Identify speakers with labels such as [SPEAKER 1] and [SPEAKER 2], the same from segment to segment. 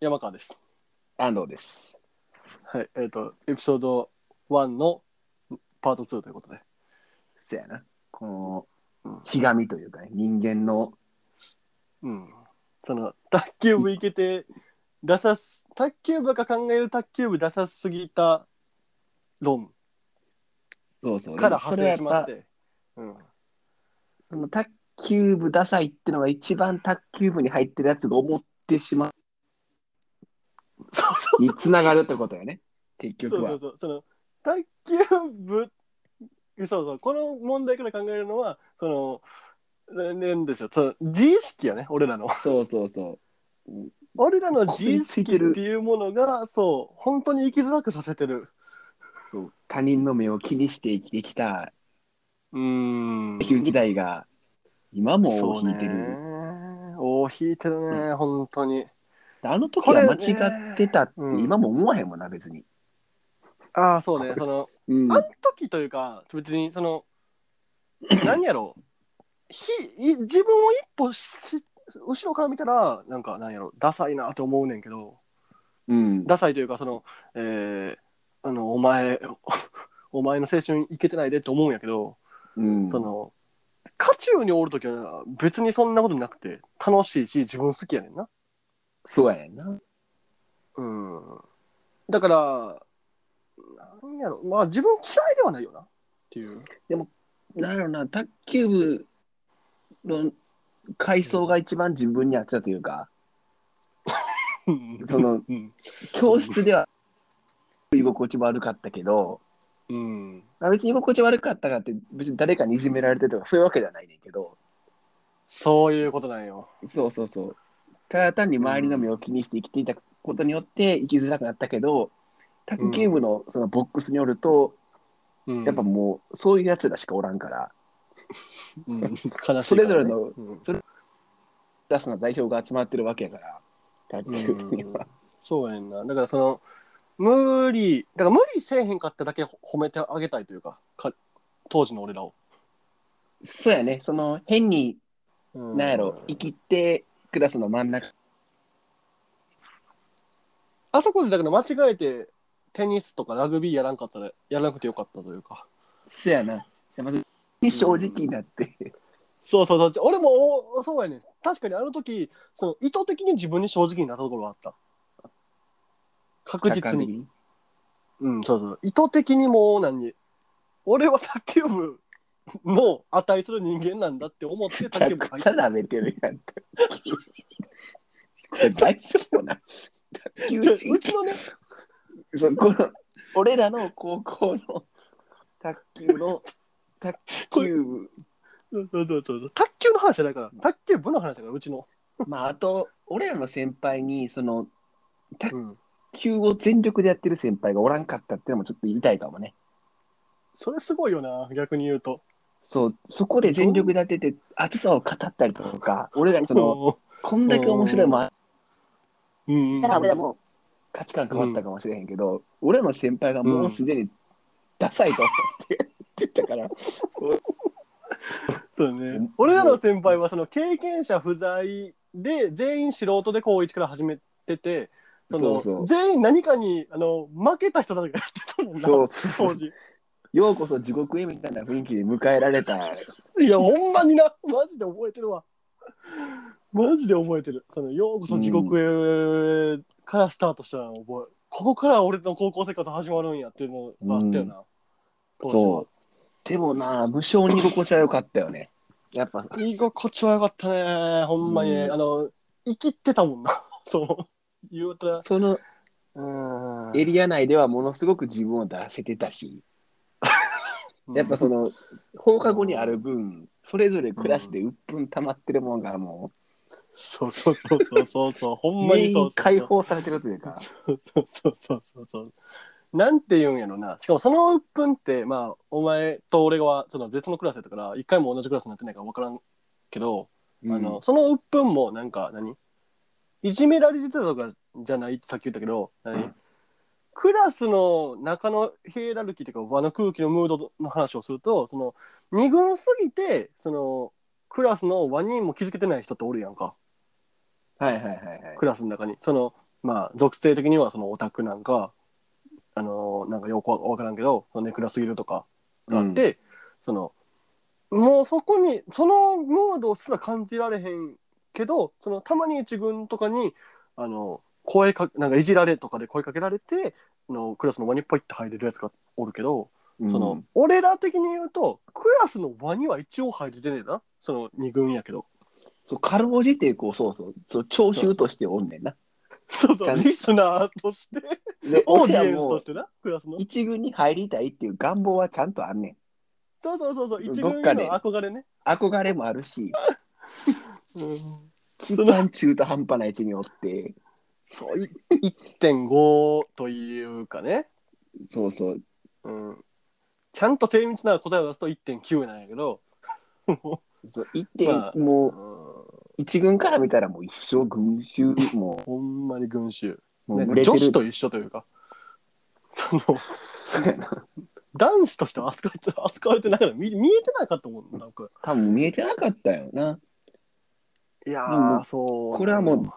[SPEAKER 1] 山川です。
[SPEAKER 2] 安藤です。
[SPEAKER 1] はい、えっ、と、エピソード1のパート2ということで。
[SPEAKER 2] そやな。こ
[SPEAKER 1] うん
[SPEAKER 2] の、ひがみというかね、人間の、
[SPEAKER 1] うん。その、卓球部行けて、出さす、卓球部が考える卓球部出さすぎた論
[SPEAKER 2] そうそう
[SPEAKER 1] から
[SPEAKER 2] そ
[SPEAKER 1] 派生
[SPEAKER 2] れはやっ
[SPEAKER 1] しまし
[SPEAKER 2] ぱ、
[SPEAKER 1] て。うん。
[SPEAKER 2] その卓球部ダサいってのが一番卓球部に入ってるやつが思ってしま
[SPEAKER 1] そうそう
[SPEAKER 2] う、につながるってことよね。結
[SPEAKER 1] そう
[SPEAKER 2] 局は。
[SPEAKER 1] そうそうその卓球部そうそうこの問題から考えるのはそのななんでしょうその自意識よね俺らの
[SPEAKER 2] そうそうそう。
[SPEAKER 1] 俺らの
[SPEAKER 2] こ
[SPEAKER 1] 自
[SPEAKER 2] びり
[SPEAKER 1] 意
[SPEAKER 2] つい
[SPEAKER 1] 識
[SPEAKER 2] てる
[SPEAKER 1] っていうものがそう本当に生きづらくさせてる
[SPEAKER 2] そう他人の目を気にして生きてきた
[SPEAKER 1] うーん
[SPEAKER 2] 石時代が今もを引い
[SPEAKER 1] そ
[SPEAKER 2] て
[SPEAKER 1] う
[SPEAKER 2] る、
[SPEAKER 1] ね尾を引いてるね、本当に
[SPEAKER 2] あの時は
[SPEAKER 1] こ
[SPEAKER 2] 間
[SPEAKER 1] れね
[SPEAKER 2] 違ってたって
[SPEAKER 1] うん
[SPEAKER 2] 今も思わへんもんな別に、
[SPEAKER 1] ああそうねその
[SPEAKER 2] うん
[SPEAKER 1] あん時というか別にそ の何やろうひい自分を一歩し後ろから見たらなんか何やろうダサいなって思うねんけど
[SPEAKER 2] うん
[SPEAKER 1] ダサいというかその、えーあのお前 お前の青春いけてないでって思うんやけど、
[SPEAKER 2] うん
[SPEAKER 1] その渦中におる時は別にそんなことなくて楽しいし自分好きやねんな。
[SPEAKER 2] そうやねんな
[SPEAKER 1] うん、だから何やろまあ自分嫌いではないよなっていう。
[SPEAKER 2] なんやろな卓球部の階層が一番自分に合ってたというか その
[SPEAKER 1] うん
[SPEAKER 2] 教室では居心地悪かったけど
[SPEAKER 1] うん
[SPEAKER 2] まあ別に居心地悪かったかって別に誰かにいじめられてとかそういうわけではないねんけど、
[SPEAKER 1] そういうことなんよ。
[SPEAKER 2] そうそうそう。ただ単に周りの目を気にして生きていたことによって生きづらくなったけど、卓球部のそのボックスによると、
[SPEAKER 1] うん
[SPEAKER 2] やっぱもうそういうやつらしかおらんから、
[SPEAKER 1] うん悲しいからね
[SPEAKER 2] それぞれの
[SPEAKER 1] うん
[SPEAKER 2] 出すの代表が集まってるわけやから、卓球部には。
[SPEAKER 1] そうやんな。だからその無理だから無理せえへんかっただけほ褒めてあげたいというかか当時の俺らを。
[SPEAKER 2] そうやね、その変に、
[SPEAKER 1] うん
[SPEAKER 2] なんやろ、生きてクラスの真ん中、
[SPEAKER 1] あそこでだから間違えてテニスとかラグビーやらんかったらやらなくてよかったというか。
[SPEAKER 2] そうやな、まずに正直になって、
[SPEAKER 1] そうそうそう俺もおそうやねん確かにあの時その意図的に自分に正直になったところはあった確実に
[SPEAKER 2] に。
[SPEAKER 1] うん、そうそう。意図的にもう何俺は卓球部の値する人間なんだって思って
[SPEAKER 2] めちゃ
[SPEAKER 1] 卓球部
[SPEAKER 2] く
[SPEAKER 1] 入っ
[SPEAKER 2] ちゃ舐めてるやん。卓球これ大丈夫な。卓球
[SPEAKER 1] て
[SPEAKER 2] 神
[SPEAKER 1] うちのね、
[SPEAKER 2] そうこの俺らの高校の卓球の卓球部
[SPEAKER 1] そうそうそうそう。卓球の話じゃないから、卓球部の話だから、うちの。
[SPEAKER 2] まああと俺らの先輩にその
[SPEAKER 1] うん。
[SPEAKER 2] 球を全力でやってる先輩がおらんかったっていうのもちょっと言いたいかもね
[SPEAKER 1] それすごいよな、逆に言うと。
[SPEAKER 2] そうそこで全力でやってて熱さを語ったりとか俺らにそのこんだけ面白いもんあっ
[SPEAKER 1] うん、 うん。
[SPEAKER 2] たら俺らも価値観変わったかもしれへんけど、俺らの先輩がもうすでにダサいと思ってやって たから、
[SPEAKER 1] そうね。俺らの先輩は、その経験者不在で、全員素人で高一から始めてて、その
[SPEAKER 2] そうそう
[SPEAKER 1] 全員何かにあの負けた人たちがやってたもんな、
[SPEAKER 2] そう
[SPEAKER 1] 当時。
[SPEAKER 2] ようこそ地獄へみたいな雰囲気で迎えられた
[SPEAKER 1] いや、ほんまにな、マジで覚えてるわ。マジで覚えてる。その、ようこそ地獄へからスタートしたのを覚え、ここから俺の高校生活始まるんやっていうのがあったよな。当時は
[SPEAKER 2] そう。でもな、無性に居心地は良かったよね。やっぱ、
[SPEAKER 1] 居心地は良かったね、ほんまに。
[SPEAKER 2] うん
[SPEAKER 1] あの、生きてたもんな。 その、言うたら。
[SPEAKER 2] その
[SPEAKER 1] うん
[SPEAKER 2] エリア内ではものすごく自分を出せてたし、やっぱその、放課後にある分、それぞれクラスで鬱憤溜まってるもんがも
[SPEAKER 1] そうそうそうそうそう そう、
[SPEAKER 2] う、
[SPEAKER 1] ほんま
[SPEAKER 2] 全
[SPEAKER 1] にそ
[SPEAKER 2] 員
[SPEAKER 1] うそう
[SPEAKER 2] 解
[SPEAKER 1] そう。
[SPEAKER 2] 放されてるというか、
[SPEAKER 1] そうそうそうそう。なんて言うんやろな。しかもその鬱憤って、まあ、お前と俺はその別のクラスやったから、一回も同じクラスになってないから分からんけど、あのその鬱憤もなんか何いじめられてたとかじゃないってさっき言ったけど、何
[SPEAKER 2] うん
[SPEAKER 1] クラスの中のヒエラルキーというか場の空気のムードの話をするとその二軍すぎてそのクラスの輪にも気づけてない人っておるやんか
[SPEAKER 2] はいはいはいはい。
[SPEAKER 1] クラスの中にそのまあ属性的にはそのオタクなんかあのーなんかよくわわからんけどそのネクラすぎるとかがあって、そのもうそこにそのムードすら感じられへんけどそのたまに一軍とかにあの声かなんかいじられとかで声かけられてあのクラスの輪にポイって入れるやつがおるけど、
[SPEAKER 2] うん
[SPEAKER 1] その俺ら的に言うとクラスの輪には一応入れてねえなその二軍やけど。
[SPEAKER 2] そう、かろうじて、こう、そうそう、そう聴衆としておんねんな。
[SPEAKER 1] そうそうリスナーとして
[SPEAKER 2] で、
[SPEAKER 1] オー
[SPEAKER 2] 俺
[SPEAKER 1] ディ
[SPEAKER 2] ら
[SPEAKER 1] エンスと
[SPEAKER 2] も
[SPEAKER 1] してなクラスの
[SPEAKER 2] 一軍に入りたいっていう願望はちゃんとあんねん。
[SPEAKER 1] そうそうそうそう一
[SPEAKER 2] ど
[SPEAKER 1] 軍
[SPEAKER 2] っ
[SPEAKER 1] へ
[SPEAKER 2] か
[SPEAKER 1] の
[SPEAKER 2] で
[SPEAKER 1] 憧れね、
[SPEAKER 2] 憧れもある し、
[SPEAKER 1] うん、
[SPEAKER 2] 一番中途半端な位置におって、
[SPEAKER 1] そうい1.5というかね、
[SPEAKER 2] そうそう、
[SPEAKER 1] うん、ちゃんと精密な答えを出すと1.9なんやけども
[SPEAKER 2] そう一点、
[SPEAKER 1] まあう、
[SPEAKER 2] も
[SPEAKER 1] う、
[SPEAKER 2] うん一軍から見たらもう一生群衆も
[SPEAKER 1] ほんまに群衆、
[SPEAKER 2] う、もう
[SPEAKER 1] ね
[SPEAKER 2] 群れて
[SPEAKER 1] 女
[SPEAKER 2] る。
[SPEAKER 1] 子と一緒というかその
[SPEAKER 2] そうやな
[SPEAKER 1] 男子として扱われて 扱われてなかった見見えてなかったもんなんか
[SPEAKER 2] 多分見えてなかったよな。
[SPEAKER 1] いや
[SPEAKER 2] ー
[SPEAKER 1] ーそう
[SPEAKER 2] これはも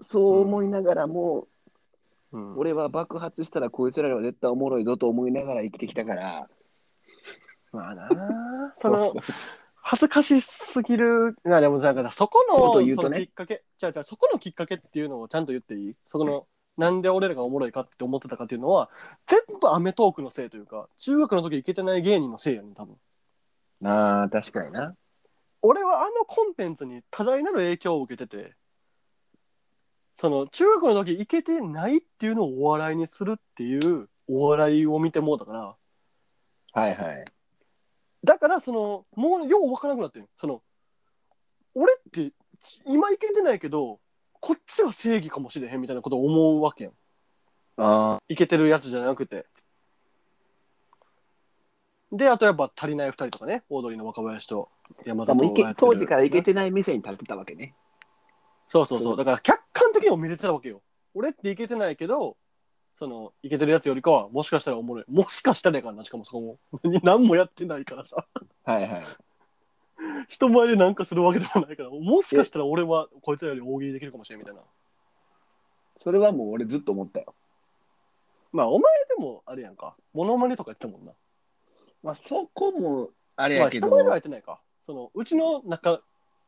[SPEAKER 2] そう思いながらも、
[SPEAKER 1] う、うん、
[SPEAKER 2] 俺は爆発したらこいつらは絶対おもろいぞと思いながら生きてきたから、
[SPEAKER 1] まあなーその
[SPEAKER 2] うそう
[SPEAKER 1] 恥ずかしすぎるなでもだからそこ
[SPEAKER 2] こ
[SPEAKER 1] の
[SPEAKER 2] うと言うとね
[SPEAKER 1] そのきっかけじゃあじゃあそこのきっかけっていうのをちゃんと言っていいそこのなんで俺らがおもろいかって思ってたかっていうのは全部アメトークのせいというか中学の時いけてない芸人のせいやねん多分
[SPEAKER 2] ああ、確かにな。
[SPEAKER 1] 俺はあのコンテンツに多大なる影響を受けててその中学の時いけてないっていうのをお笑いにするっていうお笑いを見てもうたから
[SPEAKER 2] はいはい。
[SPEAKER 1] だからそのもうよう分からなくなってるその俺ってち今いけてないけどこっちが正義かもしれへんみたいなことを思うわけやん
[SPEAKER 2] あ
[SPEAKER 1] いけてるやつじゃなくてであとやっぱ足りない2人とかねオードリーの若林と山
[SPEAKER 2] あ、
[SPEAKER 1] 田
[SPEAKER 2] も
[SPEAKER 1] と
[SPEAKER 2] ういけ当時からいけ
[SPEAKER 1] て
[SPEAKER 2] てない店に立ってたわけね。
[SPEAKER 1] そうそうそうだから客観的にも見れてたわけよ俺っていけてないけどそのいけてるやつよりかはもしかしたらおもろいもしかしたらやからなしかもそ こも何もやってないからさ
[SPEAKER 2] はいはい。
[SPEAKER 1] 人前でなんかするわけでもないからもしかしたら俺はこいつらより大喜利できるかもしれんみたいな
[SPEAKER 2] それはもう俺ずっと思ったよ。
[SPEAKER 1] まあお前でもあれやんかモノマネとか言ってたもんな
[SPEAKER 2] まあそこもあれ
[SPEAKER 1] まあ
[SPEAKER 2] やけ
[SPEAKER 1] 人
[SPEAKER 2] ど、
[SPEAKER 1] 前ではやってないかそのうちの中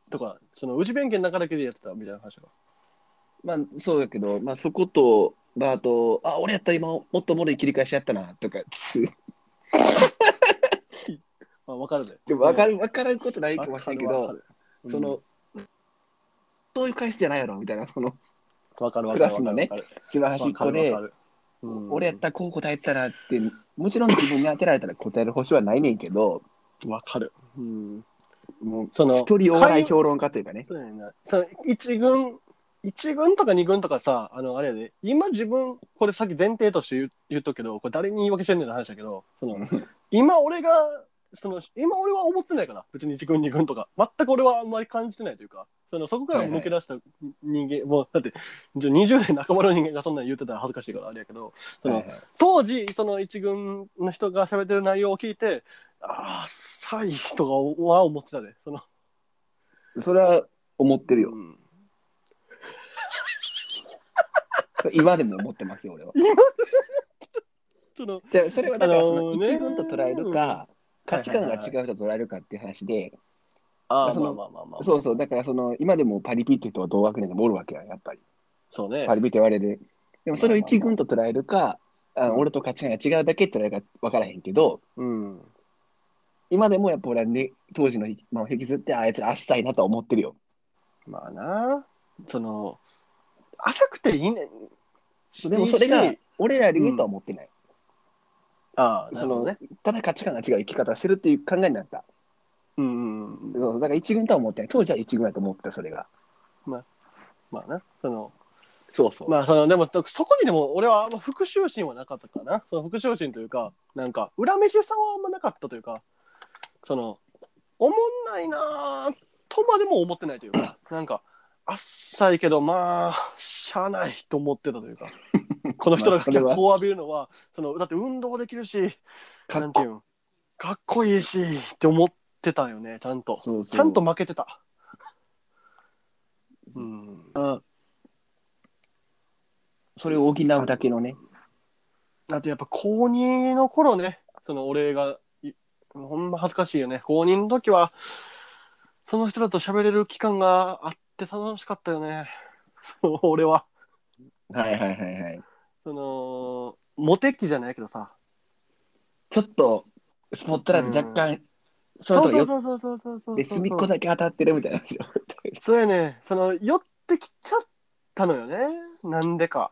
[SPEAKER 1] とかそのうち弁慶の中だけでやってたみたいな話が
[SPEAKER 2] まあそうやけど、まあそこと、バーと、あ、俺やったら今もっとおもろい切り返しやったな とか、つ
[SPEAKER 1] まあ分かるで
[SPEAKER 2] でも分か
[SPEAKER 1] る
[SPEAKER 2] る、分からんことないかもしれんけど、そ
[SPEAKER 1] その
[SPEAKER 2] の、そういう返しじゃないやろみたいな、その、
[SPEAKER 1] 分かる分かる
[SPEAKER 2] クラスのね
[SPEAKER 1] 分かる
[SPEAKER 2] 一番端っ
[SPEAKER 1] 分か
[SPEAKER 2] こ
[SPEAKER 1] る分
[SPEAKER 2] で
[SPEAKER 1] か、るうん
[SPEAKER 2] 俺やったらこう答えたらって、もちろん自分に当てられたら答える保証はないねんけど、
[SPEAKER 1] 分かるうん
[SPEAKER 2] もう、
[SPEAKER 1] その
[SPEAKER 2] 一人お笑い評論家というかね。
[SPEAKER 1] そうやねんな。その一軍一軍とか二軍とかさあのあれやで今自分これさっき前提として言う言っとくけどこれ誰に言い訳してんねんの話だけどその今俺がその今俺は思ってないから別に一軍二軍とか全く俺はあんまり感じてないというかそのそこから抜け出した人間、もうだって20代半ばの人間がそんなん言ってたら恥ずかしいからあれやけどその、
[SPEAKER 2] はいはい
[SPEAKER 1] 当時その一軍の人が喋ってる内容を聞いてああサイとかは思ってたでその
[SPEAKER 2] それは思ってるよ。
[SPEAKER 1] うん
[SPEAKER 2] それ今でも思ってますよ、 俺は。
[SPEAKER 1] その
[SPEAKER 2] でそれはだから、そ
[SPEAKER 1] あの
[SPEAKER 2] の
[SPEAKER 1] ーね
[SPEAKER 2] 一軍と捉えるか、価値観が違うと捉えるかっていう話で、
[SPEAKER 1] ああ、
[SPEAKER 2] そ
[SPEAKER 1] まあ
[SPEAKER 2] の
[SPEAKER 1] まあまあまあ。
[SPEAKER 2] そうそう、だからその、今でもパリピっていう人は同学年でもおるわけやん、やっぱり。
[SPEAKER 1] そうね
[SPEAKER 2] パ。リピって言われる。でもそれを一軍と捉えるか、あ俺と価値観が違うだけって捉えるか分からへんけど、
[SPEAKER 1] うん。
[SPEAKER 2] 今でもやっぱ俺はね、当時の、まあ、引きずって、ああいつらあっさいなとは思ってるよ。
[SPEAKER 1] まあな。その、浅くていいね。
[SPEAKER 2] でもそれ
[SPEAKER 1] いい
[SPEAKER 2] が
[SPEAKER 1] し、
[SPEAKER 2] 俺らより上とは思ってない。
[SPEAKER 1] ああ、
[SPEAKER 2] そ
[SPEAKER 1] その
[SPEAKER 2] の
[SPEAKER 1] ね。
[SPEAKER 2] ただ価値観が違う生き方をしてるっていう考えになった。
[SPEAKER 1] うんうんうん。
[SPEAKER 2] そうだから一軍とは思ってない。当時は一軍だと思ってた、それが。
[SPEAKER 1] まあな。その、
[SPEAKER 2] そうそう。
[SPEAKER 1] まあその、でも、そこにでも俺はあんま復讐心はなかったかな。その復讐心というか、なんか、恨めしさはあんまなかったというか、その、おもんないなぁとまでも思ってないというか、なんか、あっさいけど、まあ、しゃあないと思ってたというか、この人らが
[SPEAKER 2] まあそれ
[SPEAKER 1] 脚
[SPEAKER 2] は
[SPEAKER 1] 光を浴びるのは、その、だって運動できるし、
[SPEAKER 2] かっ
[SPEAKER 1] なんていうんかっこいいしって思ってたよねちゃんと
[SPEAKER 2] そうそう
[SPEAKER 1] ちゃんと負けてたうん
[SPEAKER 2] それを補うだけのね。
[SPEAKER 1] あとやっぱ高2の頃ね、その俺がい、ほんま恥ずかしいよね。高2の時は、その人らと喋れる期間があって楽しかったよね。その俺は。
[SPEAKER 2] はいはいはいはい。
[SPEAKER 1] その、モテ期じゃないけどさ。
[SPEAKER 2] ちょっと、スポットライト若干、そ
[SPEAKER 1] そう
[SPEAKER 2] の
[SPEAKER 1] そう
[SPEAKER 2] よ
[SPEAKER 1] そうそうそうそうそう。
[SPEAKER 2] で、隅っこだけ当たってるみたいな話を。
[SPEAKER 1] そうやね。その、寄ってきちゃったのよね。なんでか。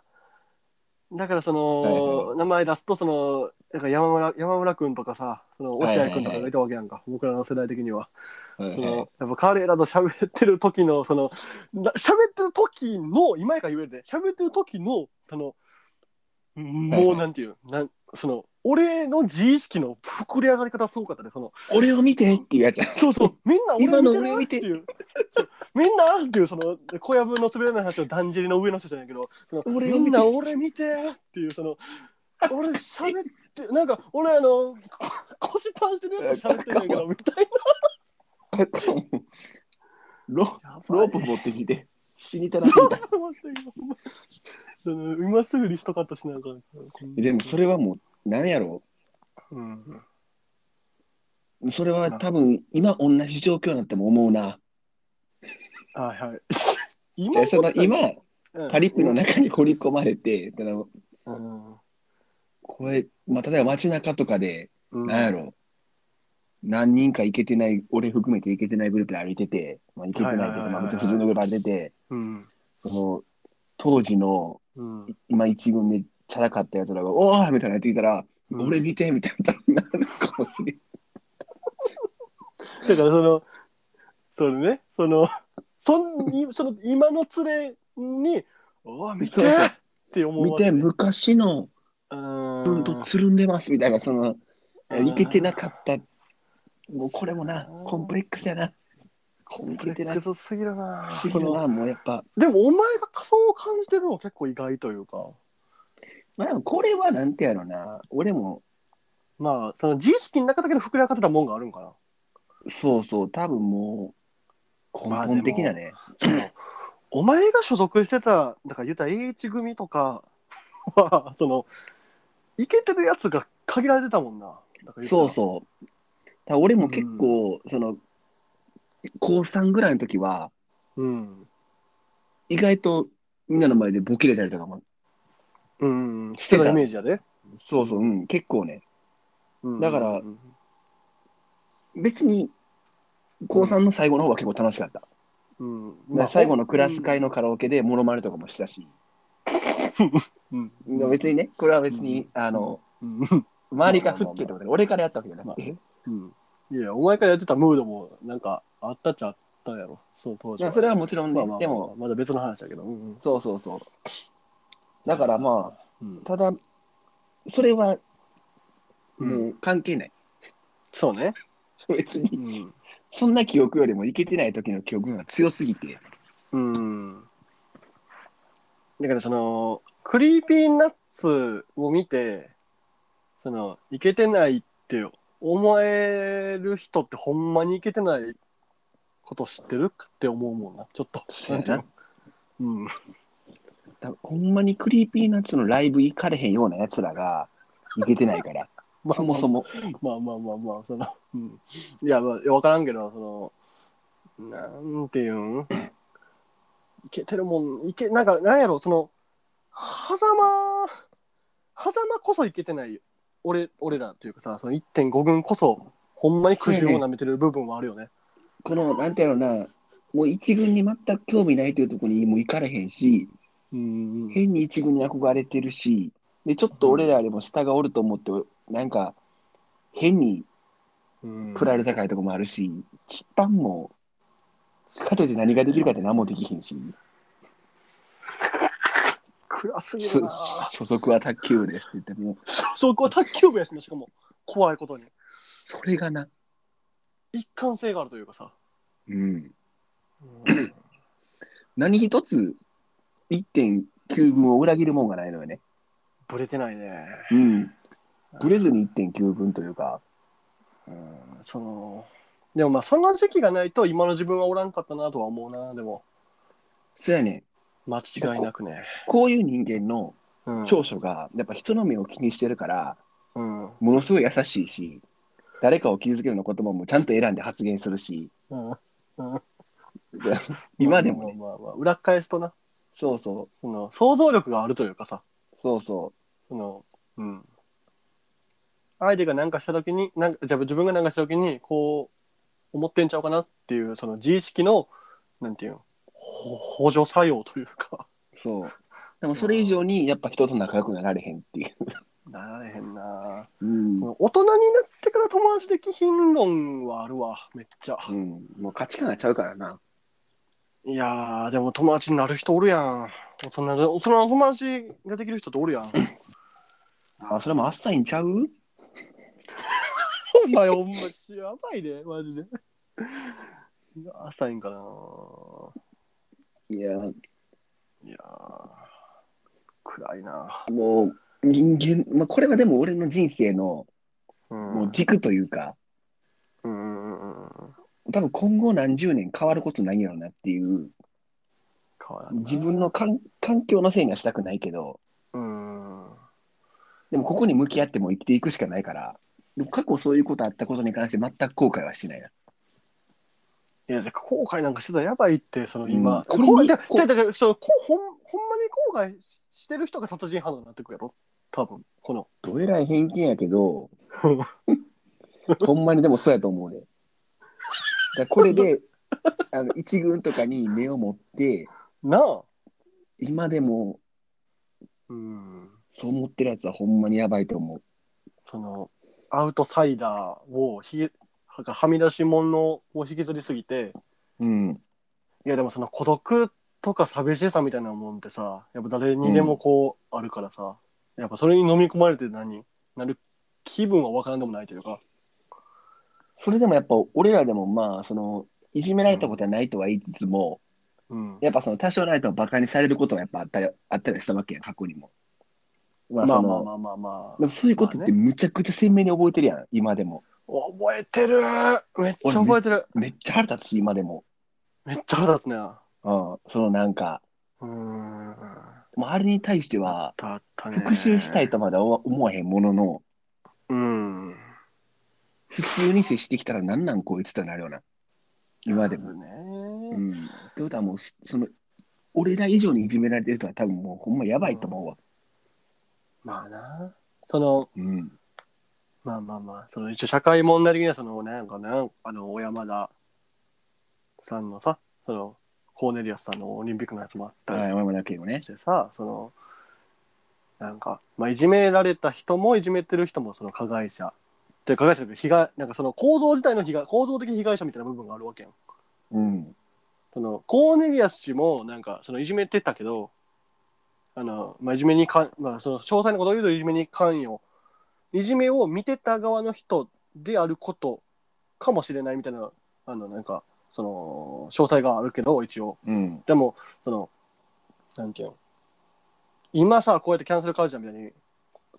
[SPEAKER 1] だからその、
[SPEAKER 2] はいは
[SPEAKER 1] 名前出すと、その、なんか山村、山村くんとかさ、その、落合くんとかがいたわけやんか。僕らの世代的には。
[SPEAKER 2] はい
[SPEAKER 1] そ
[SPEAKER 2] はい
[SPEAKER 1] のやっぱ彼らと喋ってる時のそのな喋ってる時の今やから言えるで喋ってる時のあの
[SPEAKER 2] はい
[SPEAKER 1] も
[SPEAKER 2] は
[SPEAKER 1] う
[SPEAKER 2] い
[SPEAKER 1] なんていうなんその俺の自意識の膨れ上がり方すごかったねその
[SPEAKER 2] 俺を見てっていうやつや。
[SPEAKER 1] そうそうみんな
[SPEAKER 2] 今の
[SPEAKER 1] 俺を見てるなっていうそうみんなっていうその小籔の滑らない話のだんじりの上の人じゃないけどその
[SPEAKER 2] 俺を見
[SPEAKER 1] み
[SPEAKER 2] て
[SPEAKER 1] んな俺見てっていうその俺喋ってなんか俺あのこ腰パンしてるやつと喋ってるんだ けどみたい
[SPEAKER 2] ロ
[SPEAKER 1] な
[SPEAKER 2] ロープ持ってきて、死にたら
[SPEAKER 1] そう今すぐ今すぐリストカットしなあかん
[SPEAKER 2] でもそれはもう、なんやろ
[SPEAKER 1] うん、
[SPEAKER 2] う。それは多分、今同じ状況になっても思うな。
[SPEAKER 1] はいはい
[SPEAKER 2] じゃ
[SPEAKER 1] 今
[SPEAKER 2] あその今、
[SPEAKER 1] うん
[SPEAKER 2] パリップの中に掘り込まれて、だから
[SPEAKER 1] うん
[SPEAKER 2] これ、まあ、例えば街中とかで、
[SPEAKER 1] うん
[SPEAKER 2] なんやろ何人か行けてない、俺含めて行けてないグループで歩いてて、まあ、行けてないけど、
[SPEAKER 1] はいはいはいはい
[SPEAKER 2] まあ、別に普通のグループで歩いてて、
[SPEAKER 1] うん
[SPEAKER 2] その、当時の、
[SPEAKER 1] うん
[SPEAKER 2] 今一軍でチャラかったやつらが、おーみたいなやってきたら、
[SPEAKER 1] うん
[SPEAKER 2] 俺見てみたいになるかもしれん。
[SPEAKER 1] だからそのそれねそのそんいその今の連れに「おお見て!」
[SPEAKER 2] そうそう
[SPEAKER 1] って思う
[SPEAKER 2] 見て、昔の
[SPEAKER 1] う
[SPEAKER 2] 分
[SPEAKER 1] ん
[SPEAKER 2] とつるんでますみたいな、その、
[SPEAKER 1] うん
[SPEAKER 2] 行けてなかった。もうこれもな、コンプレックスやな。
[SPEAKER 1] コンプレックスすぎるな
[SPEAKER 2] 不
[SPEAKER 1] そ
[SPEAKER 2] 思議だ
[SPEAKER 1] の
[SPEAKER 2] な、もうやっぱ。
[SPEAKER 1] でもお前がそう感じてるのは結構意外というか
[SPEAKER 2] まあでもこれはなんてやろな、俺も、
[SPEAKER 1] まあその自意識の中だけで膨れ上がってたもんがあるんかな
[SPEAKER 2] そうそう、多分もう、根本的なね。
[SPEAKER 1] そ のお前が所属してただから言ったら A1 組とかは そのいけてるやつが限られてたもんなだから言った
[SPEAKER 2] そ
[SPEAKER 1] ら
[SPEAKER 2] うそう。だから俺も結構、その、高3ぐらいの時は、
[SPEAKER 1] うん
[SPEAKER 2] 意外とみんなの前でボケれたりとかも、
[SPEAKER 1] うんしてたイメージやで、
[SPEAKER 2] そうそう、うん、結構ね、
[SPEAKER 1] うん
[SPEAKER 2] だから
[SPEAKER 1] うん
[SPEAKER 2] 別に、高3の最後の方は結構楽しかった。
[SPEAKER 1] うん
[SPEAKER 2] だから最後のクラス会のカラオケでモノマネとかもしたし、
[SPEAKER 1] うん
[SPEAKER 2] 別にね、これは別に、あの、
[SPEAKER 1] うん
[SPEAKER 2] 周りが振ってるとかで、俺からやったわけじゃなくて、
[SPEAKER 1] うんいやお前からやってたムードもなんかあったっちゃあったやろそう当時
[SPEAKER 2] まあそれはもちろんね、
[SPEAKER 1] まあまあ
[SPEAKER 2] でも、
[SPEAKER 1] まだ別の話だけどうん
[SPEAKER 2] そうそうそう。だからま
[SPEAKER 1] うん
[SPEAKER 2] あ、ただ、それは
[SPEAKER 1] う
[SPEAKER 2] も
[SPEAKER 1] ん
[SPEAKER 2] う関係ない。
[SPEAKER 1] そうね
[SPEAKER 2] 別に、
[SPEAKER 1] うん
[SPEAKER 2] そんな記憶よりもいけてない時の記憶が強すぎて。
[SPEAKER 1] うん。だからその、クリーピーナッツを見て、その、いけてないって思える人ってほんまにいけてないこと知ってるって思うもんな、ちょっと。
[SPEAKER 2] そうやな
[SPEAKER 1] なんていうの。うん。
[SPEAKER 2] だほんまにクリーピーナッツのライブ行かれへんようなやつらが、いけてないから、
[SPEAKER 1] まあ、
[SPEAKER 2] そもそも。
[SPEAKER 1] まあまあまあまあ、その、うん。いや、まあ、わからんけど、その、なんていうんいけてるもん、いけ、なんか、なんやろ、その、狭間、狭間こそいけてない、俺、俺らというかさ、その1.5軍こそ、ほんまに苦渋をなめてる部分はあるよね。
[SPEAKER 2] この、なんてやろうな、もう一軍に全く興味ないというところにもう行かれへんし、
[SPEAKER 1] うんうん。
[SPEAKER 2] 変に一軍に憧れてるし、で、ちょっと俺らよりも下がおると思って、なんか、変に
[SPEAKER 1] うん
[SPEAKER 2] プライド高いとこもあるし、チッパンも、かといって何ができるかって何もできひんし、
[SPEAKER 1] 暗すぎ
[SPEAKER 2] そ
[SPEAKER 1] るな。
[SPEAKER 2] 所属は卓球部ですって言っても、
[SPEAKER 1] そ、そこは卓球部やしね、しかも、怖いことに。
[SPEAKER 2] それがな、
[SPEAKER 1] 一貫性があるというかさ。
[SPEAKER 2] うん、
[SPEAKER 1] うん、
[SPEAKER 2] 何一つ1.9軍を裏切るもんがないのよね。
[SPEAKER 1] ぶれてないね。
[SPEAKER 2] うん。ブレずに1.9軍というか、
[SPEAKER 1] うんそのでもまあその時期がないと今の自分はおらんかったなとは思うなでも
[SPEAKER 2] そうやねん
[SPEAKER 1] 間違いなくね
[SPEAKER 2] こういう人間の
[SPEAKER 1] うん
[SPEAKER 2] 長所が、やっぱ人の目を気にしてるから、
[SPEAKER 1] うんうん
[SPEAKER 2] ものすごい優しいし、誰かを傷つけるような言葉もちゃんと選んで発言するし、
[SPEAKER 1] うん
[SPEAKER 2] 今でもね、
[SPEAKER 1] まあまあまあ裏返すとな
[SPEAKER 2] そうそ
[SPEAKER 1] その想像力があるというかさ
[SPEAKER 2] う、そうそ
[SPEAKER 1] そのうん相手が何かした時になんかじゃあ自分が何かした時にこう思ってんちゃうかなっていうその自意識のなんていうのほ補助作用というか
[SPEAKER 2] う、そう。でもそれ以上にやっぱ人と仲良くなられへんっていう。
[SPEAKER 1] なられへんな
[SPEAKER 2] うん
[SPEAKER 1] その大人になってから友達できひん論はあるわめっちゃ
[SPEAKER 2] うん、もう価値観がちゃうからな。
[SPEAKER 1] いやーでも友達になる人おるやん大人で大人の友達ができる人って おるやん
[SPEAKER 2] あ、それもあっさいんちゃう
[SPEAKER 1] お前ほんまやばいでマジで 浅いんかない
[SPEAKER 2] や、
[SPEAKER 1] いやー暗いな
[SPEAKER 2] もう人間、まあ、これはでも俺の人生の
[SPEAKER 1] うん
[SPEAKER 2] もう軸というか、
[SPEAKER 1] うんうんうんうん
[SPEAKER 2] 多分今後何十年変わることないんやろうなっていう、
[SPEAKER 1] 変わらんな
[SPEAKER 2] 自分のかん環境のせいにはしたくないけど、
[SPEAKER 1] うん
[SPEAKER 2] でもここに向き合っても生きていくしかないから、でも過去そういうことあったことに関して全く後悔はしてないな。
[SPEAKER 1] いやじゃあ後悔なんかしてたらやばいってその今、
[SPEAKER 2] うん
[SPEAKER 1] こう
[SPEAKER 2] これ
[SPEAKER 1] じゃ
[SPEAKER 2] こ
[SPEAKER 1] じゃじゃそのこほんほんまに後悔ししてる人が殺人犯になってくるやろ多分この
[SPEAKER 2] どえらい偏見やけ ど、ほんまにでもそうやと 思うで。だからこれで、あの一軍とかに根を持って、
[SPEAKER 1] なあ
[SPEAKER 2] 今でも
[SPEAKER 1] うん
[SPEAKER 2] そう思ってるやつはほんまにやばいと思う。
[SPEAKER 1] そのアウトサイダーをひげがはみ出し者を引きずりすぎて
[SPEAKER 2] うん。
[SPEAKER 1] いやでもその孤独とか寂しさみたいなもんってさやっぱ誰にでもこうあるからさ、やっぱそれに飲み込まれて何なる気分は分からんでもないというか
[SPEAKER 2] それでもやっぱ俺らでもまあ、その、いじめられたことはないとは言いつつも、
[SPEAKER 1] うん
[SPEAKER 2] やっぱその多少なりともバカにされることはやっぱあったりあったりしたわけや、過去にも。ま
[SPEAKER 1] ま
[SPEAKER 2] あ
[SPEAKER 1] あ
[SPEAKER 2] その、
[SPEAKER 1] まあまあまあま
[SPEAKER 2] でもそういうことってむちゃくちゃ鮮明に覚えてるやん、今でも。
[SPEAKER 1] あ覚えてるめっちゃ覚えてる
[SPEAKER 2] めっちゃ腹立つし、今でも。
[SPEAKER 1] めっちゃ腹立つね
[SPEAKER 2] うん。そのなんか、
[SPEAKER 1] うーん
[SPEAKER 2] もうあれに対しては、
[SPEAKER 1] だったね
[SPEAKER 2] 復讐したいとまでは思わへんものの、
[SPEAKER 1] うん
[SPEAKER 2] 普通に接してきたらなんなんこいつってなるような。今でも。
[SPEAKER 1] ね
[SPEAKER 2] うん。ってことはもう、すその、俺ら以上にいじめられてる人は多分もうほんまやばいと思うわ。
[SPEAKER 1] まあなその
[SPEAKER 2] うん。
[SPEAKER 1] まあまあまあ、その一応社会問題的にはその、なんかね、あの、小山田さんのさ、その、コーネリアスさんのオリンピックのやつもあった
[SPEAKER 2] あ
[SPEAKER 1] り
[SPEAKER 2] 山田圭吾ね
[SPEAKER 1] し。てさ、その、なんか、まあ、いじめられた人もいじめてる人もその加害者。で加害者というか被害、なんかその構造自体の被害、構造的被害者みたいな部分があるわけやん。
[SPEAKER 2] うん。
[SPEAKER 1] その、コーネリアス氏もなんか、そのいじめてたけど、あの、まあ、いじめにかん、まあ、その詳細なことを言うといじめに関与いじめを見てた側の人であることかもしれないみたいなあのなんかその詳細があるけど一応
[SPEAKER 2] うん。
[SPEAKER 1] でもそのなんていうの今さこうやってキャンセルカルチャーみたいに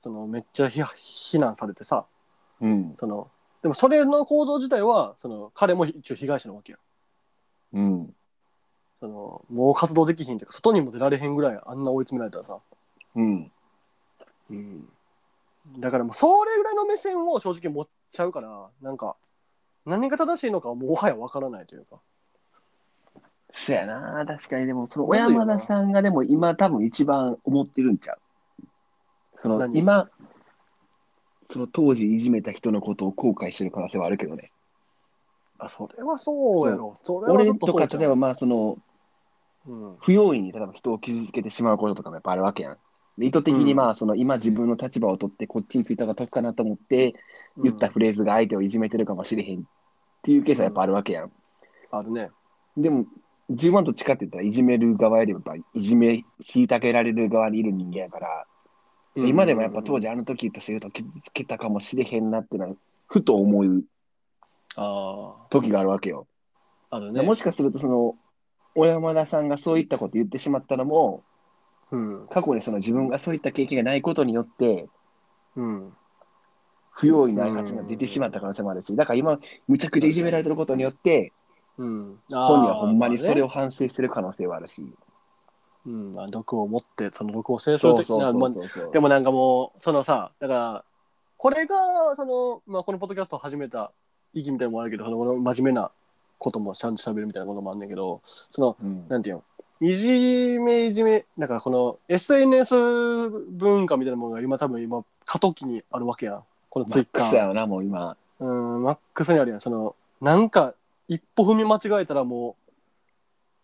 [SPEAKER 1] そのめっちゃひ非難されてさ
[SPEAKER 2] うん。
[SPEAKER 1] そのでもそれの構造自体はその彼も一応被害者なわけよ
[SPEAKER 2] うん。
[SPEAKER 1] そのもう活動できひんというか外にも出られへんぐらいあんな追い詰められたらさ
[SPEAKER 2] うん。
[SPEAKER 1] うん、だからもうそれぐらいの目線を正直持っちゃうからなんか何が正しいのかはもはや分からないというか
[SPEAKER 2] そやな、確かに。でも、その、小
[SPEAKER 1] むずいよな
[SPEAKER 2] 山田さんがでも今多分一番思ってるんちゃうその、
[SPEAKER 1] 何
[SPEAKER 2] 今、その当時いじめた人のことを後悔してる可能性はあるけどね。
[SPEAKER 1] あそれはそうやろそれはち
[SPEAKER 2] 俺
[SPEAKER 1] ょっ
[SPEAKER 2] と
[SPEAKER 1] そう
[SPEAKER 2] か、
[SPEAKER 1] じゃん
[SPEAKER 2] 例えばまあ、その、
[SPEAKER 1] うん
[SPEAKER 2] 不用意に例えば人を傷つけてしまうこととかもやっぱあるわけやん。で意図的にまあ、その、今自分の立場を取って、こっちについた方が得かなと思って、言ったフレーズが相手をいじめてるかもしれへんっていうケースはやっぱあるわけやん。
[SPEAKER 1] うんあるね
[SPEAKER 2] でも、10万と違って言ったらいじめる側よりもやっぱいじめ、虐げられる側にいる人間やから、今でもやっぱ当
[SPEAKER 1] 時
[SPEAKER 2] 時あの時言った生徒を傷つけたかもしれへんなってのは、ふと思う
[SPEAKER 1] あ
[SPEAKER 2] 時があるわけよ。
[SPEAKER 1] ああるね
[SPEAKER 2] もしかすると、その、小山田さんがそういったこと言ってしまったのも、
[SPEAKER 1] うん
[SPEAKER 2] 過去にその自分がそういった経験がないことによって、
[SPEAKER 1] うん
[SPEAKER 2] 不用意な発言が出てしまった可能性もあるし、だから今、むちゃくちゃいじめられてることによって、
[SPEAKER 1] うん
[SPEAKER 2] 本人はほんまにそれ
[SPEAKER 1] を
[SPEAKER 2] を反省してる可能性はあるし、
[SPEAKER 1] うん、あ毒を持ってその毒を制する
[SPEAKER 2] そう
[SPEAKER 1] 時
[SPEAKER 2] そう
[SPEAKER 1] ま
[SPEAKER 2] そ
[SPEAKER 1] あ
[SPEAKER 2] うそうそう。
[SPEAKER 1] でもなんかもうそのさだからこれがその、まあ、このポッドキャストを始めた意義みたいなのもあるけどその真面目なこともちゃんと喋るみたいなこともあんねんけどその
[SPEAKER 2] うん
[SPEAKER 1] なんていうのいじめいじめなんかこの SNS 文化みたいなものが今多分今過渡期にあるわけやんこの
[SPEAKER 2] マ
[SPEAKER 1] ツイ
[SPEAKER 2] ッ
[SPEAKER 1] ッ
[SPEAKER 2] ク
[SPEAKER 1] タ
[SPEAKER 2] ス
[SPEAKER 1] ー
[SPEAKER 2] やよな、もう今。
[SPEAKER 1] うんマックスにあるやんそのなんか一歩踏み間違えたらもう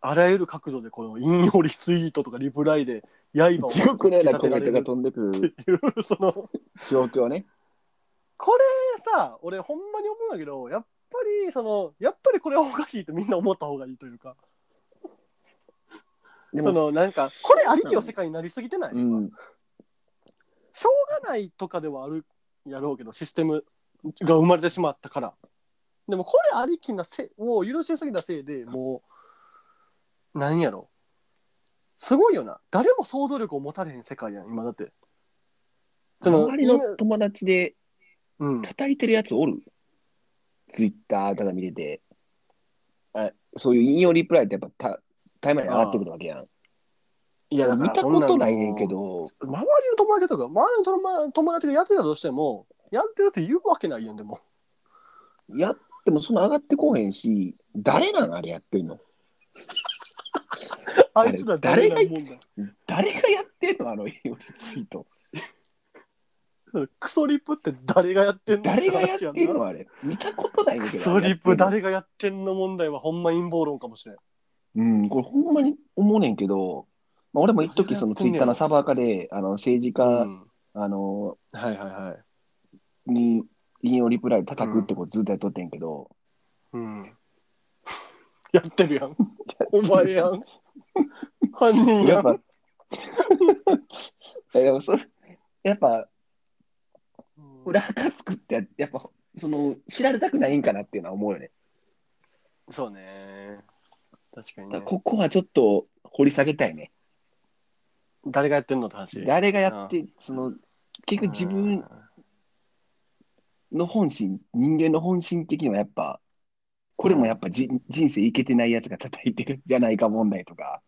[SPEAKER 1] あらゆる角度でこの引用リツイートとかリプライで刃を
[SPEAKER 2] 地獄のようなコ
[SPEAKER 1] 突き立てられ
[SPEAKER 2] メント
[SPEAKER 1] る
[SPEAKER 2] が飛んでくる
[SPEAKER 1] っていうその
[SPEAKER 2] 状 況ね。
[SPEAKER 1] これさ俺ほんまに思うんだけどやっぱりそのやっぱりこれはおかしいってみんな思った方がいいというか
[SPEAKER 2] で
[SPEAKER 1] そのなんかこれありきの世界になりすぎてない、
[SPEAKER 2] うん。
[SPEAKER 1] しょうがないとかではあるやろうけどシステムが生まれてしまったからでもこれありきなせを許しすぎたせいでもうなんやろすごいよな誰も想像力を持たれへん世界やん今だってその
[SPEAKER 2] 周りの友達で
[SPEAKER 1] うん
[SPEAKER 2] 叩いてるやつおるツイッターただ見てて。あそういう引用リプライってやっぱたタイムライン上がってくるわけやん。
[SPEAKER 1] いやだから
[SPEAKER 2] 見た
[SPEAKER 1] そん
[SPEAKER 2] こ
[SPEAKER 1] な
[SPEAKER 2] と
[SPEAKER 1] の
[SPEAKER 2] ないねんけど。
[SPEAKER 1] 周りの友達とか周りのそのま友達がやってたとしてもやってるって言うわけないやんでも
[SPEAKER 2] やってもそんな上がってこうへんし、誰なんあれやってるの
[SPEAKER 1] あいつら
[SPEAKER 2] 誰が
[SPEAKER 1] 誰がもんだ
[SPEAKER 2] 誰がやってんのあの引用リツイート。
[SPEAKER 1] そのクソリプって誰がやってんの
[SPEAKER 2] 誰がやって
[SPEAKER 1] 話
[SPEAKER 2] ん
[SPEAKER 1] んな
[SPEAKER 2] のあれ見たことないねん
[SPEAKER 1] ク
[SPEAKER 2] けど。
[SPEAKER 1] ソリプ誰
[SPEAKER 2] 誰
[SPEAKER 1] がやってんの問題はほんま陰謀論かもしれん
[SPEAKER 2] うん、これほんまに思うねんけど、まあ、俺も一時
[SPEAKER 1] 誰がや
[SPEAKER 2] その
[SPEAKER 1] って
[SPEAKER 2] ツイ
[SPEAKER 1] ん
[SPEAKER 2] ッ
[SPEAKER 1] ねやろ
[SPEAKER 2] ターのサーバー化で、あの政治
[SPEAKER 1] う
[SPEAKER 2] 家、
[SPEAKER 1] ん
[SPEAKER 2] あの
[SPEAKER 1] はいはいはい
[SPEAKER 2] に引用リプライ叩くってことずっとやっとってんけど、
[SPEAKER 1] うん やってるや んお前やん犯人
[SPEAKER 2] や
[SPEAKER 1] や
[SPEAKER 2] っ
[SPEAKER 1] ん
[SPEAKER 2] ぱ、 えでもそれやっぱ
[SPEAKER 1] うん
[SPEAKER 2] 裏垢つくってや、やっぱその知られたくないんかなっていうのは思うよね。
[SPEAKER 1] そうね確かに
[SPEAKER 2] だか
[SPEAKER 1] ね
[SPEAKER 2] らここはちょっと掘り下げたいね。
[SPEAKER 1] 誰がやってんのって話
[SPEAKER 2] 誰がやって、その結局自分の本心、人間の本心的にはやっぱ、これもやっぱじ人生いけてないやつが叩いてるんじゃないか問題とか。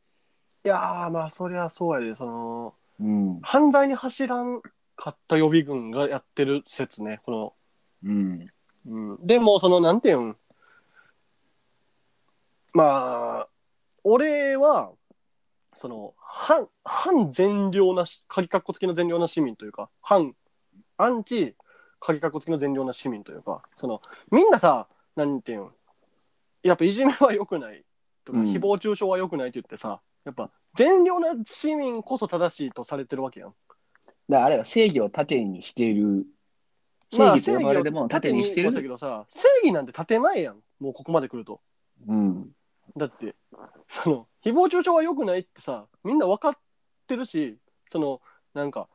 [SPEAKER 1] いやーまあそりゃそうやでその
[SPEAKER 2] うん。
[SPEAKER 1] 犯罪に走らんかった予備軍がやってる説ねこ
[SPEAKER 2] うん。
[SPEAKER 1] の、うん、でもそのなんていうんまあ俺はその反反善良なし鍵かっこ付きの善良な市民というか反アンチ鍵かっこ付きの善良な市民というかそのみんなさなんていうんやっぱいじめは良くないとか、
[SPEAKER 2] うん
[SPEAKER 1] 誹謗中傷は良くないって言ってさやっぱ善良な市民こそ正しいとされてるわけやん。
[SPEAKER 2] だからあれは正義を盾にしている、正
[SPEAKER 1] まあ
[SPEAKER 2] 義と呼ばれるものを盾にして
[SPEAKER 1] 正義
[SPEAKER 2] る。
[SPEAKER 1] を盾にこそやけどさ正義なんて建前やんもうここまで来ると
[SPEAKER 2] うん。
[SPEAKER 1] だってその誹謗中傷は良くないってさみんな分かってるしそのなんか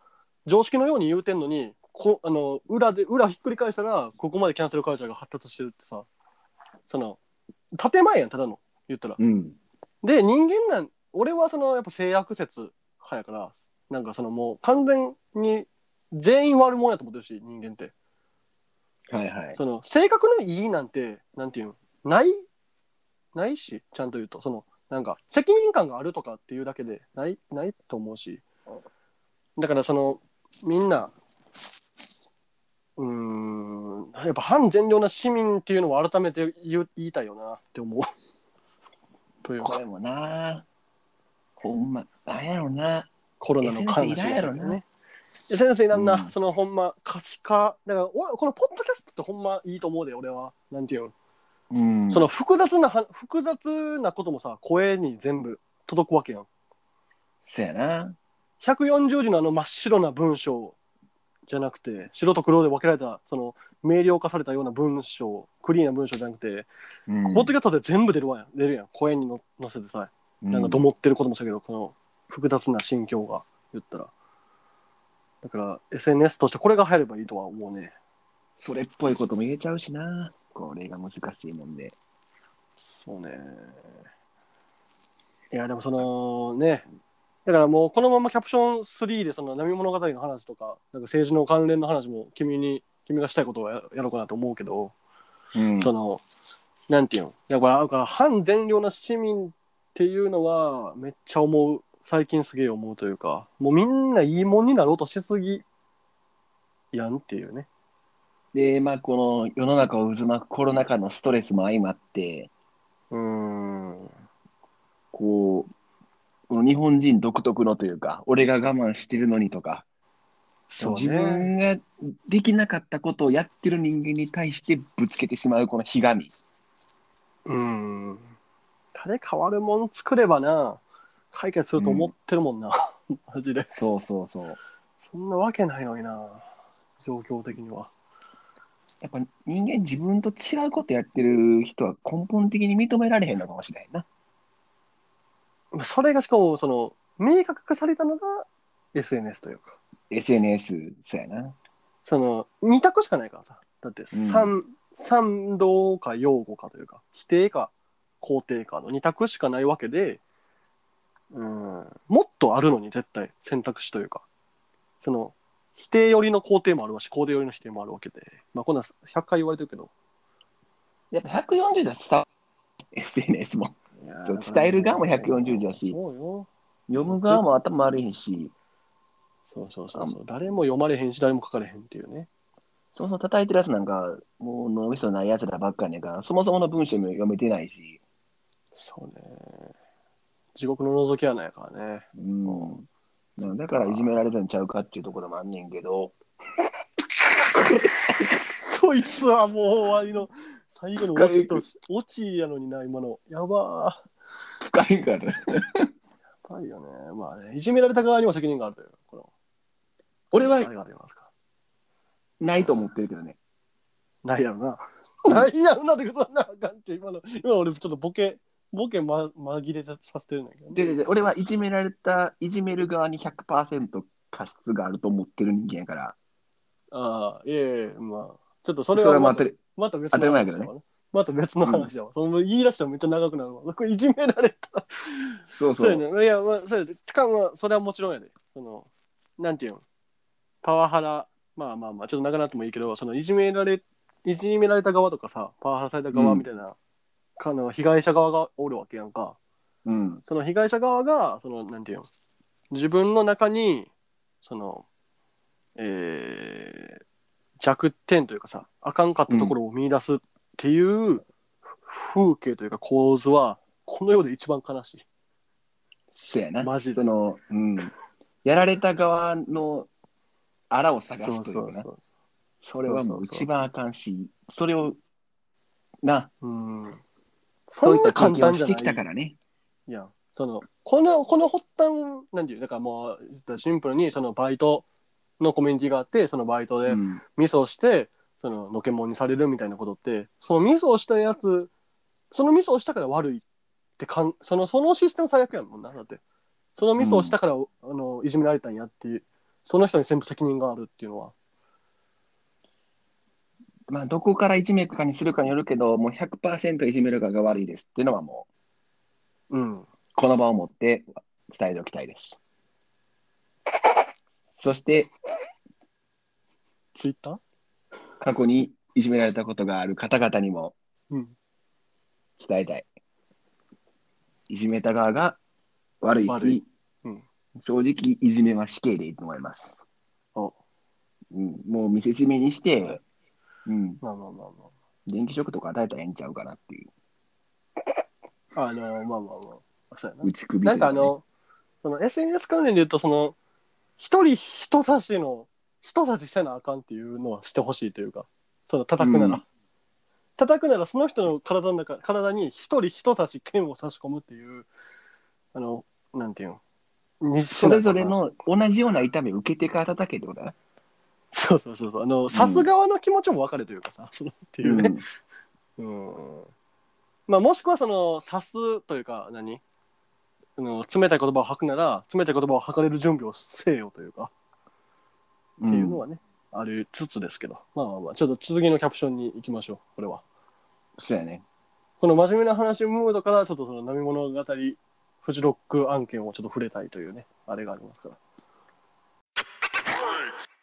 [SPEAKER 1] 常識のように言うてんのにこあの裏で裏ひっくり返したらここまでキャンセルカルチャーが発達してるってさその建前やんただの言ったら
[SPEAKER 2] うん。
[SPEAKER 1] で人間なん俺はそのやっぱ性悪説派やからなんかそのもう完全に全員悪者やと思ってるし人間って
[SPEAKER 2] はいはい。
[SPEAKER 1] その性格のいいなんてなんていうんないないしちゃんと言うとそのなんか責任感があるとかっていうだけでないないと思うしだからそのみんなうーんやっぱ反善良な市民っていうのを改めて言う言いたいよなって思う。 という
[SPEAKER 2] こ
[SPEAKER 1] か
[SPEAKER 2] れもな、ほんま、なんやろな。
[SPEAKER 1] コロナの感染症
[SPEAKER 2] SNS いらんやろな
[SPEAKER 1] ね。先生いらんな、
[SPEAKER 2] うん
[SPEAKER 1] そのほんま可視化だから俺このポッドキャストってほんまいいと思うで俺はなんていうん
[SPEAKER 2] うん
[SPEAKER 1] その複雑なは複雑なこともさ声に全部届くわけやん
[SPEAKER 2] そやな。
[SPEAKER 1] 140字のあの真っ白な文章じゃなくて白と黒で分けられたその明瞭化されたような文章クリーンな文章じゃなくて、
[SPEAKER 2] うん
[SPEAKER 1] ポッドキャストで全部出るわやん出るやん声にの載せてさなんかどもってることもしたけど、この複雑な心境が言ったらだから SNS としてこれが入ればいいとは思うね
[SPEAKER 2] それっぽいことも言えちゃうしな。これが難しいもんで。
[SPEAKER 1] そうね。いや、でもそのね、だからもうこのままキャプション3でその波物語の話とか、なんか政治の関連の話も君に、君がしたいことをややろうかなと思うけど、
[SPEAKER 2] うん
[SPEAKER 1] その、なんていうの、だからだから反善良な市民っていうのはめっちゃ思う最近すげえ思うというかもうみんないいもんになろうとしすぎやんっていうね
[SPEAKER 2] で、まあ、この世の中を渦巻くコロナ禍のストレスも相まって、
[SPEAKER 1] うん
[SPEAKER 2] こう、この日本人独特のというか、俺が我慢してるのにとか、
[SPEAKER 1] そう
[SPEAKER 2] 自
[SPEAKER 1] ね
[SPEAKER 2] 分ができなかったことをやってる人間に対してぶつけてしまうこのひがみ。
[SPEAKER 1] うん誰変わるもの作ればな解決すると思ってるもんな、マジで
[SPEAKER 2] そうそうそう。
[SPEAKER 1] そんなわけないのにな状況的には
[SPEAKER 2] やっぱ人間自分と違うことやってる人は根本的に認められへんのかもしれないな。
[SPEAKER 1] それがしかもその明確化されたのが SNS というか
[SPEAKER 2] SNS、そうやな。
[SPEAKER 1] その2択しかないからさだって
[SPEAKER 2] うん
[SPEAKER 1] 賛賛同か擁護かというか否定か肯定かの2択しかないわけでうんもっとあるのに絶対選択肢というかその否定寄りの肯定もあるし肯定寄りの否定もあるわけでまあこんなん100回言われてるけど
[SPEAKER 2] やっぱ140じゃ伝わ SNS も。そう伝える側も140だし
[SPEAKER 1] そうよ
[SPEAKER 2] 読む側も頭悪いし、
[SPEAKER 1] そうそうそうそう誰も読まれへんし誰も書かれへんっていうね
[SPEAKER 2] そもそも叩いてるやつなんか、もう脳みそないやつらばっかりやから、そもそもの文章も読めてないし、
[SPEAKER 1] そうね地獄の覗き穴やからね
[SPEAKER 2] うん。まあだからいじめられるんちゃうかっていうところもあんねんけど、
[SPEAKER 1] こいつはもう終わりの最後のオチと しオチやのにな今のやば
[SPEAKER 2] 深いから。
[SPEAKER 1] ーやばいよねまあねいじめられた側にも責任があるというこの
[SPEAKER 2] 俺は
[SPEAKER 1] 誰がありますか
[SPEAKER 2] ないと思ってるけどね。
[SPEAKER 1] ないやろなない やろなってことはなあかんって今の今の俺ちょっとボケボケ、ま、紛れさせてるんだけど、
[SPEAKER 2] で、でで俺はいじめられた、いじめる側に100%過失があると思ってる人間やから、
[SPEAKER 1] ああいえいえまあちょっとそ
[SPEAKER 2] そ
[SPEAKER 1] れ
[SPEAKER 2] れ
[SPEAKER 1] は
[SPEAKER 2] はま
[SPEAKER 1] ま
[SPEAKER 2] あ当
[SPEAKER 1] た
[SPEAKER 2] たり
[SPEAKER 1] また別
[SPEAKER 2] 当たり
[SPEAKER 1] の
[SPEAKER 2] 前や
[SPEAKER 1] 話
[SPEAKER 2] け
[SPEAKER 1] だ
[SPEAKER 2] ど
[SPEAKER 1] わ
[SPEAKER 2] ね
[SPEAKER 1] ねまた別の話だわ、その言い出したらめっちゃ長くなるわこれいじめられた
[SPEAKER 2] そう
[SPEAKER 1] そ
[SPEAKER 2] そうう。
[SPEAKER 1] やね。いや、まあ、そうやで。しかも、それはもちろんやで。その、なんていうの、パワハラ、まあまあまあ、ちょっと長くなってもいいけど、その、いじめられ、いじめられた側とかさ、パワハラされた側みたいな、かの被害者側がおるわけやんか。
[SPEAKER 2] うん。
[SPEAKER 1] その被害者側が、その、なんていうの、自分の中に、その、えー弱点というかさ、あかんかったところを見出すっていう、風景というか構図は、この世で一番悲しい。
[SPEAKER 2] そうやな。
[SPEAKER 1] マジで
[SPEAKER 2] その、うん。やられた側のあらを探すというかな。
[SPEAKER 1] う。
[SPEAKER 2] それはもう一番あかんし、それを、な、
[SPEAKER 1] うんそ
[SPEAKER 2] そうい
[SPEAKER 1] ん
[SPEAKER 2] っ
[SPEAKER 1] な
[SPEAKER 2] た
[SPEAKER 1] 簡
[SPEAKER 2] 関係
[SPEAKER 1] 単
[SPEAKER 2] を
[SPEAKER 1] じ
[SPEAKER 2] し
[SPEAKER 1] ゃな
[SPEAKER 2] て
[SPEAKER 1] い
[SPEAKER 2] きたからね。
[SPEAKER 1] いやそのこのこの発端なんていうだからもう言ったらシンプルにそのバイトのコミュニティがあってそのバイト
[SPEAKER 2] う
[SPEAKER 1] で
[SPEAKER 2] ん
[SPEAKER 1] ミスをして、そののけもんにされるみたいなことってそのミスをしたやつそのミスをしたから悪いってかんそのそのシステム最悪やもんなだってそのミスをしたから、あのいじめられたんやっていうその人に全部責任があるっていうのは
[SPEAKER 2] まあ、どこからいじめかにするかによるけど、もう100%いじめる側が悪いですっていうのはもう、
[SPEAKER 1] うん
[SPEAKER 2] この場をもって伝えておきたいです。そして、
[SPEAKER 1] ツイッター
[SPEAKER 2] 過去にいじめられたことがある方々にも
[SPEAKER 1] うん
[SPEAKER 2] 伝えたい。いじめた側が悪いし、
[SPEAKER 1] 悪いうん
[SPEAKER 2] 正直いじめは死刑でいいと思います。
[SPEAKER 1] お
[SPEAKER 2] うん、もう見せしめにして、うん、
[SPEAKER 1] まあまあまあまあ
[SPEAKER 2] 電気ショックとか与えたらええんちゃうかなっていう。
[SPEAKER 1] あのまあまあまあそうやな
[SPEAKER 2] 内首と
[SPEAKER 1] な
[SPEAKER 2] か
[SPEAKER 1] ん
[SPEAKER 2] ね
[SPEAKER 1] かあの、その SNS 関連で言うと、その、一人人差しの、人差しせなあかんっていうのはしてほしいというか、その叩くなら。
[SPEAKER 2] うん
[SPEAKER 1] 叩くならその人の体の中、体に一人人差し剣を差し込むっていう、あの、なんていうの。に
[SPEAKER 2] それぞれ。の同じような痛みを受けてから叩けってことだな。
[SPEAKER 1] そうそうそうそう。あの、刺す側の気持ちも分かるというかさ、そのっていうね。
[SPEAKER 2] うん
[SPEAKER 1] うんまあ、もしくはその刺すというか何あの冷たい言葉を吐くなら冷たい言葉を吐かれる準備をせよというか、
[SPEAKER 2] うん
[SPEAKER 1] っていうのはねありつつですけどまあまあまあちょっと続きのキャプションに行きましょうこれは
[SPEAKER 2] そうやね。
[SPEAKER 1] この真面目な話ムードからちょっとその波物語フジロック案件をちょっと触れたいというねあれがありますから